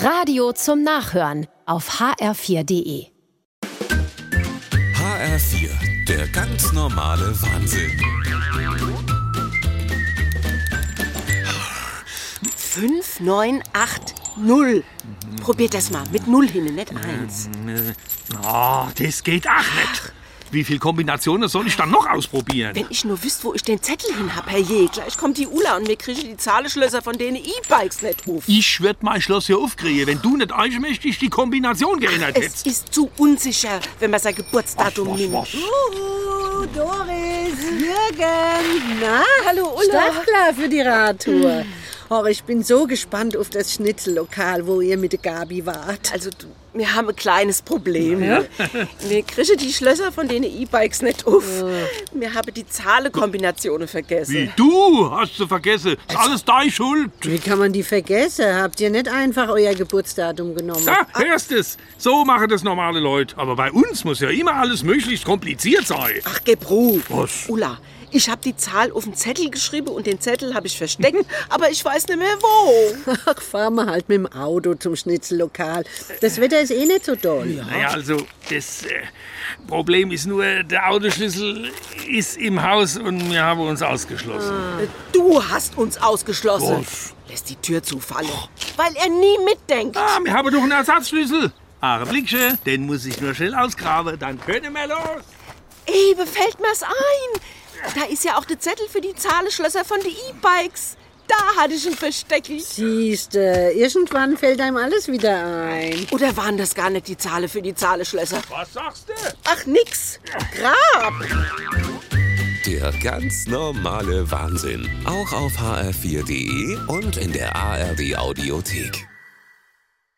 Radio zum Nachhören auf hr4.de. HR4, der ganz normale Wahnsinn. 5980. Probiert das mal. Mit Null hin, nicht eins. Ah, das geht auch nicht. Wie viele Kombinationen soll ich dann noch ausprobieren? Wenn ich nur wüsste, wo ich den Zettel hin hab, Herr Je, gleich kommt die Ula und mir kriege die Zahlenschlösser von denen E-Bikes nicht auf. Ich werd mein Schloss hier aufkriegen, wenn du nicht eigenmächtig die Kombination geändert Es hättest. ist zu unsicher, wenn man sein Geburtsdatum wasch, nimmt. wasch. Uhu, Doris, Jürgen, na? Hallo, Ulla. Startklar für die Radtour. Oh, ich bin so gespannt auf das Schnitzellokal, wo ihr mit der Gabi wart. Also, du, wir haben ein kleines Problem. ne? Wir kriegen die Schlösser von denen E-Bikes nicht auf. Wir haben die Zahlenkombinationen Wie vergessen. du hast sie vergessen. Ist alles deine Schuld. Wie kann man die vergessen? Habt ihr nicht einfach euer Geburtsdatum genommen? Da, hörst es. So machen das normale Leute. Aber bei uns muss ja immer alles möglichst kompliziert sein. Ach, gib Ruhe. Was? Ulla, ich habe die Zahl auf den Zettel geschrieben und den Zettel habe ich versteckt, aber ich weiß nicht mehr wo. Ach, fahren wir halt mit dem Auto zum Schnitzellokal. Das Wetter ist eh nicht so doll. Naja, also das äh, Problem ist nur, der Autoschlüssel ist im Haus und wir haben uns ausgeschlossen. Du hast uns ausgeschlossen. Was? Lässt die Tür zufallen, weil er nie mitdenkt. Ah, wir haben doch einen Ersatzschlüssel. Ah, Blicksche, den muss ich nur schnell ausgraben, dann können wir los. Ebe, fällt mir's ein. Da ist ja auch der Zettel für die Zahlenschlösser von den E-Bikes. Da hatte ich ihn versteckt. Siehste, äh, irgendwann fällt einem alles wieder ein. Oder waren das gar nicht die Zahlen für die Zahlenschlösser? Was sagst du? Ach, nix. Grab. Der ganz normale Wahnsinn. Auch auf hr4.de und in der ARD-Audiothek.